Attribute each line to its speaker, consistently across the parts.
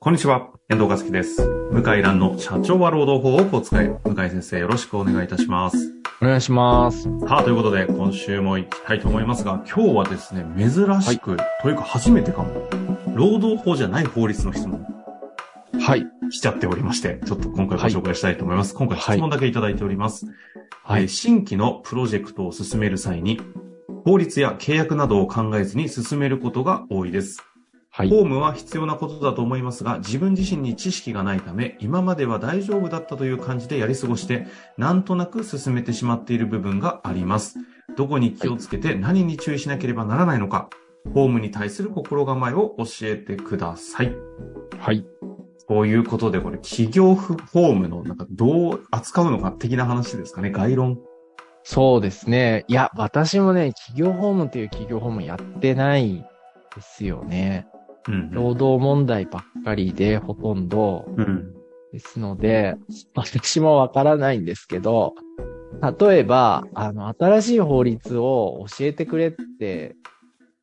Speaker 1: こんにちは、遠藤和樹です。向井蘭の社長は労働法をお使い、向井先生よろしくお願いいたします。
Speaker 2: お願いします。
Speaker 1: さあ、ということで、今週も行きたいと思いますが、今日はですね、珍しく、というか初めてかも、労働法じゃない法律の質問
Speaker 2: はい。
Speaker 1: 来ちゃっておりまして、ちょっと今回ご
Speaker 2: はい
Speaker 1: 紹介したいと思います。今回質問だけいただいております。
Speaker 2: は
Speaker 1: えー
Speaker 2: い。
Speaker 1: 新規のプロジェクトを進める際に、法律や契約などを考えずに進めることが多いです。
Speaker 2: はい。
Speaker 1: ホームは必要なことだと思いますが、自分自身に知識がないため、今までは大丈夫だったという感じでやり過ごして、なんとなく進めてしまっている部分があります。どこに気をつけて何に注意しなければならないのか、ホームに対する心構えを教えてください。
Speaker 2: はい。
Speaker 1: こういうことで、これ、企業フォームの、なんか、どう扱うのか的な話ですかね、概論。
Speaker 2: そうですね。いや、私もね、企業訪問っていう企業訪問やってないですよね。
Speaker 1: うん
Speaker 2: 労働問題ばっかりで、ほとんど。
Speaker 1: うん。
Speaker 2: ですので、まあ私もわからないんですけど、例えば、あの、新しい法律を教えてくれって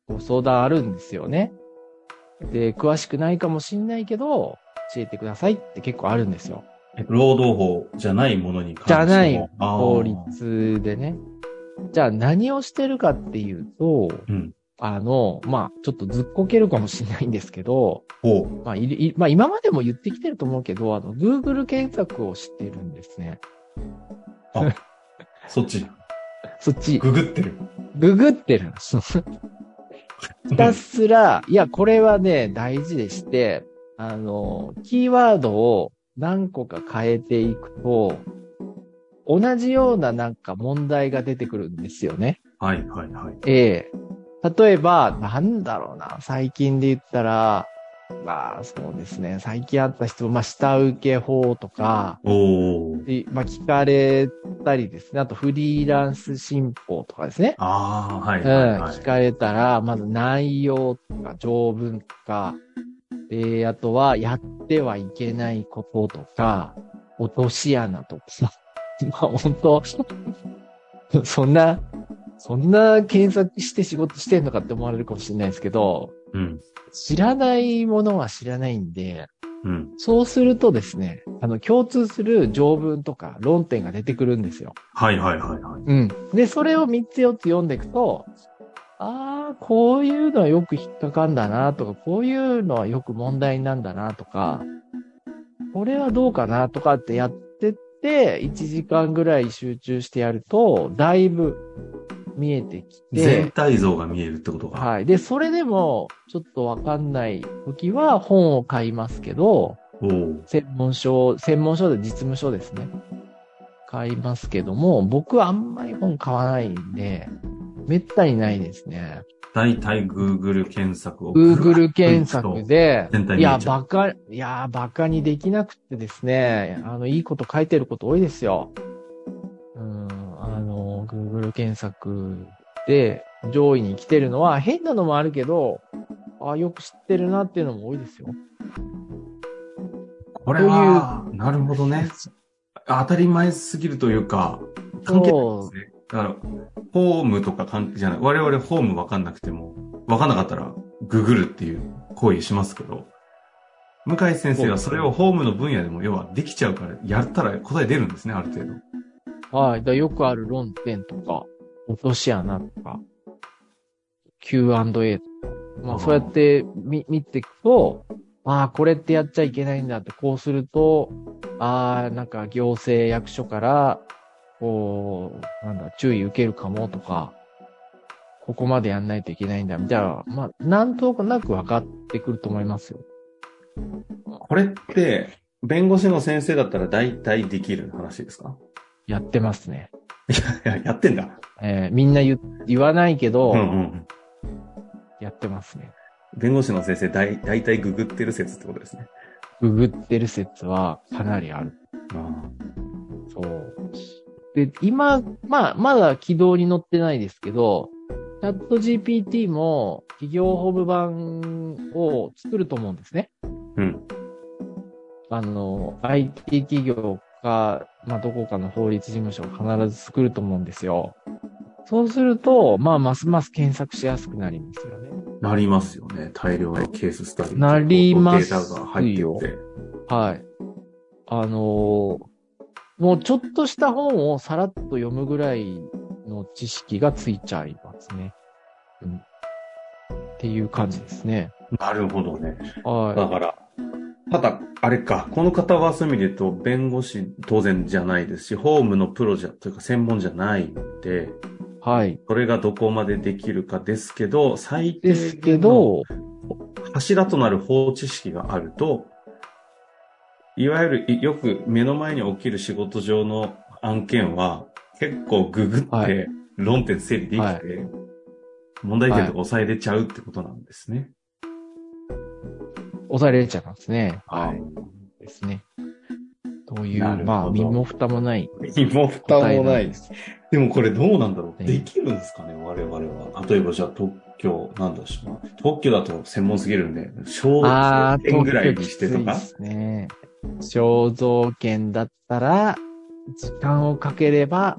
Speaker 2: ご相談あるんですよね。で、詳しくないかもしんないけど、教えてくださいって結構あるんですよ。
Speaker 1: え労働法じゃないものに関しても
Speaker 2: じゃない
Speaker 1: あー
Speaker 2: 法律でね。じゃあ何をしてるかっていうと、
Speaker 1: うん
Speaker 2: あの、まあ、ちょっとずっこけるかもしれないんですけど、
Speaker 1: ほう。
Speaker 2: まあ、いいまあ、今までも言ってきてると思うけど、あの、Google 検索をしてるんですね。
Speaker 1: そっち、
Speaker 2: そっち、
Speaker 1: ググってる。
Speaker 2: ググってるんです。ひたすら、いや、これはね、大事でして、あの、キーワードを何個か変えていくと、同じようななんか問題が出てくるんですよね。
Speaker 1: はいはいはい。
Speaker 2: ええ。例えば、なんだろうな、最近で言ったら、まあ、そうですね、最近あった質問、まあ、下請け法とか、
Speaker 1: おー。
Speaker 2: でまあ、聞かれたりですね、あとフリーランス新法とかですね。
Speaker 1: ああ、はい
Speaker 2: うん
Speaker 1: はい、は
Speaker 2: 聞
Speaker 1: い。
Speaker 2: かれたら、まず内容とか条文とか、で、あとはやってはいけないこととか、落とし穴とか さ、まあ本当、 そんな、そんな検索して仕事してんのかって思われるかもしれないですけど、
Speaker 1: うん。
Speaker 2: 知らないものは知らないんで、
Speaker 1: うん。
Speaker 2: そうするとですね、あの、共通する条文とか論点が出てくるんですよ。
Speaker 1: はいはいはいはい。
Speaker 2: うん。で、それを3つ4つ読んでいくと、ああ、こういうのはよく引っかかんだなとか、こういうのはよく問題なんだなとか、これはどうかなとかってやってって、1時間ぐらい集中してやると、だいぶ見えてき
Speaker 1: 全
Speaker 2: て、
Speaker 1: 体像が見えるってことか。
Speaker 2: はい。で、それでも、ちょっとわかんない時は本を買いますけど、
Speaker 1: おー。
Speaker 2: 専門書、専門書で実務書ですね。買いますけども、僕はあんまり本買わないんで、めったにないですね。
Speaker 1: だいたい Google 検索を。
Speaker 2: Google 検索。で
Speaker 1: 全体、
Speaker 2: い
Speaker 1: 見え
Speaker 2: や、
Speaker 1: ちゃ
Speaker 2: バカ、いや、バカにできなくてですね、あの、いいこと書いてること多いですよ。うん、あの、Google 検索で上位に来てるのは変なのもあるけど、あ、よく知ってるなっていうのも多いですよ。
Speaker 1: これは、なるほどね。当たり前すぎるというか、関係ないですね。だから、ホームとか関係じゃない。我々ホームわかんなくても、わかんなかったら、ググるっていう行為しますけど、向井先生はそれをホームの分野でも、要はできちゃうから、やったら答え出るんですね、ある程度。
Speaker 2: はい。だからよくある論点とか、落とし穴とか、Q&A とか。ま
Speaker 1: あー
Speaker 2: あ、そうやって見、見ていくと、ああ、これってやっちゃいけないんだって、こうすると、ああ、なんか行政役所から、こう、なんだ、注意受けるかもとか、ここまでやんないといけないんだ、みたいな、まあ、なんとなく分かってくると思いますよ。
Speaker 1: これって、弁護士の先生だったら大体できる話ですか
Speaker 2: やってますね。
Speaker 1: いや、やってんだ。
Speaker 2: えーみんな言、言わないけど
Speaker 1: うんう、ん。
Speaker 2: やってますね。
Speaker 1: 弁護士の先生、大大体ググってる説ってことですね。
Speaker 2: ググってる説はかなりある。そう。で、今、まあ、まだ軌道に乗ってないですけど、チャット GPT も企業ホーム版を作ると思うんですね。
Speaker 1: うん。
Speaker 2: あの、IT 企業か、まあ、どこかの法律事務所を必ず作ると思うんですよ。そうすると、まあ、ますます検索しやすくなりますよね。
Speaker 1: なりますよね。大量のケーススタディ。
Speaker 2: なります
Speaker 1: デ
Speaker 2: よ
Speaker 1: ータが入ってって。
Speaker 2: はい。あのーもうちょっとした本をさらっと読むぐらいの知識がついちゃいますね。うん。っていう感じですね。
Speaker 1: なるほどね。だ
Speaker 2: は
Speaker 1: から、ただ、あれか、この方はそういう意味で言うと、弁護士当然じゃないですし、ホームのプロじゃ、というか専門じゃないので、
Speaker 2: い。はい。
Speaker 1: それがどこまでできるかですけど、最低
Speaker 2: ですけ
Speaker 1: 限の
Speaker 2: ど、
Speaker 1: 柱となる法知識があると、いわゆるいよく目の前に起きる仕事上の案件は、結構ググっ
Speaker 2: は
Speaker 1: て論点整理できて、
Speaker 2: はい
Speaker 1: 問題点とか抑えれちゃうってことなんですね。
Speaker 2: 押されちゃいますね。
Speaker 1: はい。
Speaker 2: ですね。という、
Speaker 1: なるほど
Speaker 2: まあ、身も蓋もない
Speaker 1: も負
Speaker 2: 答
Speaker 1: 担
Speaker 2: え
Speaker 1: もな
Speaker 2: なん
Speaker 1: い
Speaker 2: で。す。
Speaker 1: でもこれどうなんだろう
Speaker 2: ね
Speaker 1: できるんですかね我々は。例えばじゃあ特許、なんだっしょうな。特許だと専門すぎるんで、小
Speaker 2: あー、
Speaker 1: 点ぐらい
Speaker 2: 特
Speaker 1: に
Speaker 2: 許
Speaker 1: してと
Speaker 2: きつい
Speaker 1: か
Speaker 2: で。すね。肖像権だったら、時間をかければ、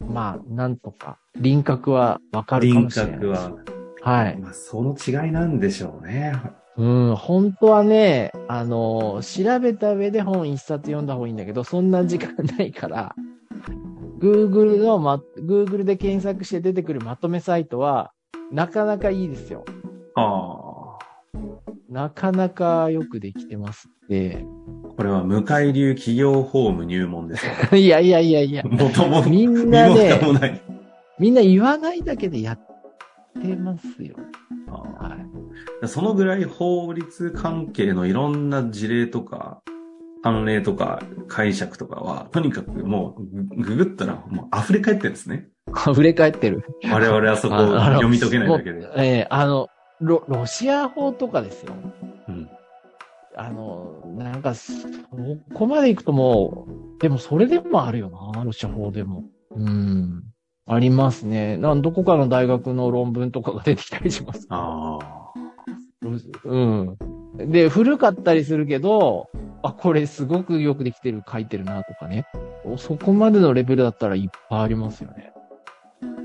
Speaker 2: まあ、なんとか、輪郭はわかるか
Speaker 1: 輪
Speaker 2: もしれない。
Speaker 1: 郭。は。
Speaker 2: はい。
Speaker 1: まあ、その違いなんでしょうね。
Speaker 2: うん、本当はね、あの、調べた上で本一冊読んだ方がいいんだけど、そんな時間ないから、Google のま、Google で検索して出てくるまとめサイトは、なかなかいいですよ。
Speaker 1: ああ。
Speaker 2: なかなかよくできてますって。
Speaker 1: これは向井流企業法務入門ですよ。
Speaker 2: いやいやいやいや。
Speaker 1: 元も
Speaker 2: みんな
Speaker 1: 身も蓋も
Speaker 2: ね、
Speaker 1: ない。
Speaker 2: みんな言わないだけでやってますよ。
Speaker 1: あ
Speaker 2: はい。
Speaker 1: あそのぐらい法律関係のいろんな事例とか、判例とか解釈とかは、とにかくもうググったらもう溢れ返ってるんですね。
Speaker 2: 触れ返ってる。
Speaker 1: 我々はそこを
Speaker 2: ああの
Speaker 1: 読み解けないだけで
Speaker 2: も。うええあの、ロ、ロシア法とかですよ。
Speaker 1: うん
Speaker 2: あの、なんか、そこまで行くともう、でもそれでもあるよな、ロシア法でも。うん。ありますね。なんどこかの大学の論文とかが出てきたりします。
Speaker 1: ああ。
Speaker 2: うん。で、古かったりするけど、あ、これすごくよくできてる、書いてるなとかね。おそこまでのレベルだったらいっぱいありますよね。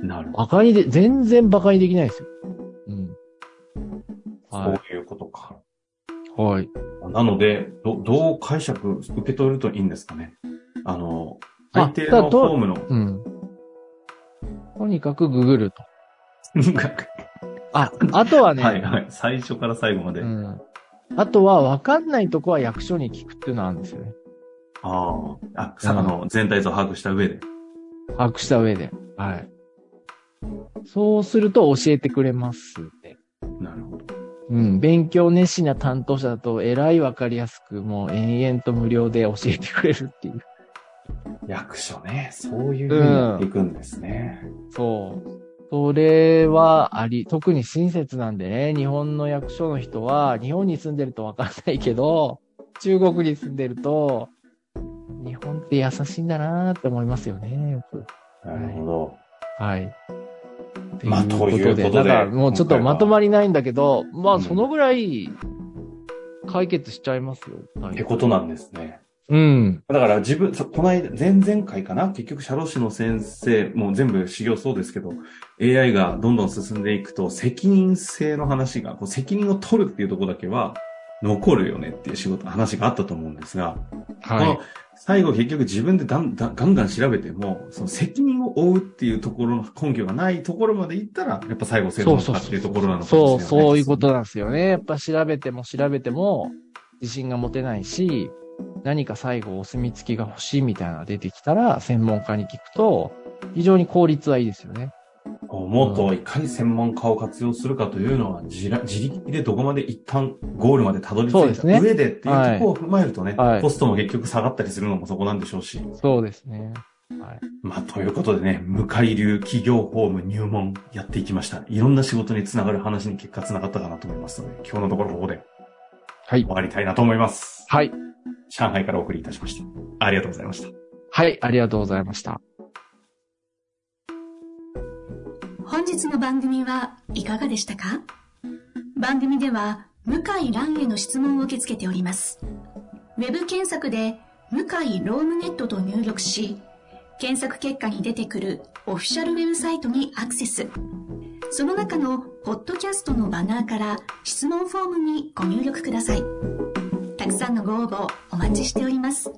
Speaker 1: なるほど。
Speaker 2: バカにで、全然バカにできないですよ。うん。は
Speaker 1: そういうことか。
Speaker 2: い。はい。
Speaker 1: なので、どどう解釈受け取るといいんですかね。あの、
Speaker 2: あ
Speaker 1: 相手の
Speaker 2: だと
Speaker 1: フォームの
Speaker 2: うん。とにかくググると。
Speaker 1: なんか
Speaker 2: あ、あとはね、
Speaker 1: はいはい。最初から最後まで。
Speaker 2: うん。あとは、わかんないとこは役所に聞くっていうのはあるんですよね。
Speaker 1: ああ。あ、さあの、全体像を把握した上で。
Speaker 2: 把握した上で。はい。そうすると教えてくれますって。
Speaker 1: なるほど。
Speaker 2: うん、勉強熱心な担当者だと、えらいわかりやすく、もう延々と無料で教えてくれるっていう。
Speaker 1: 役所ね。そういう
Speaker 2: 風にやってい
Speaker 1: くんですね。
Speaker 2: そう。それはあり、特に親切なんでね、日本の役所の人は、日本に住んでるとわかんないけど、中国に住んでると、日本って優しいんだなーって思いますよね、よく。
Speaker 1: なるほど。
Speaker 2: はい。
Speaker 1: まあということで
Speaker 2: だからもうちょっとまとまりないんだけど、ま
Speaker 1: う
Speaker 2: あ
Speaker 1: ん
Speaker 2: そのぐらい解決しちゃいますよ。は
Speaker 1: って
Speaker 2: い、
Speaker 1: ことなんですね。
Speaker 2: うん。
Speaker 1: だから自分、そこの間、前々回かな結局、社労士の先生、もう全部修行そうですけど、AI がどんどん進んでいくと、責任性の話が、こう責任を取るっていうところだけは、残るよねっていう仕事、話があったと思うんですが、
Speaker 2: は
Speaker 1: こ
Speaker 2: い
Speaker 1: の。最後結局自分でだんだんガンガン調べても、その責任を負うっていうところの根拠がないところまで行ったら、やっぱ最後正論かっていうところなのか
Speaker 2: そう、
Speaker 1: もしれないですね
Speaker 2: そういうことなんですよね。やっぱ調べても調べても自信が持てないし、何か最後お墨付きが欲しいみたいなのが出てきたら専門家に聞くと、非常に効率はいいですよね。
Speaker 1: もっといかに専門家を活用するかというのは、自ら自力でどこまで一旦ゴールまでたどり着
Speaker 2: そうで
Speaker 1: い
Speaker 2: す
Speaker 1: た
Speaker 2: ね
Speaker 1: 上でっていうところを踏まえるとね、
Speaker 2: はい
Speaker 1: コストも結局下がったりするのもそこなんでしょうし。
Speaker 2: そうですね。はい。
Speaker 1: まあ、ということでね、向井流企業法務入門やっていきました。いろんな仕事につながる話に結果つながったかなと思いますので、今日のところここで
Speaker 2: はい
Speaker 1: 終。わりたいなと思います。
Speaker 2: はい。
Speaker 1: 上海からお送りいたしました。ありがとうございました。
Speaker 2: はい。ありがとうございました。
Speaker 3: 本日の番組はいかがでしたか番組では向井蘭への質問を受け付けております。ウェブ検索で向井ロームネットと入力し、検索結果に出てくるオフィシャルウェブサイトにアクセス。その中のポッドキャストのバナーから質問フォームにご入力ください。たくさんのご応募お待ちしております。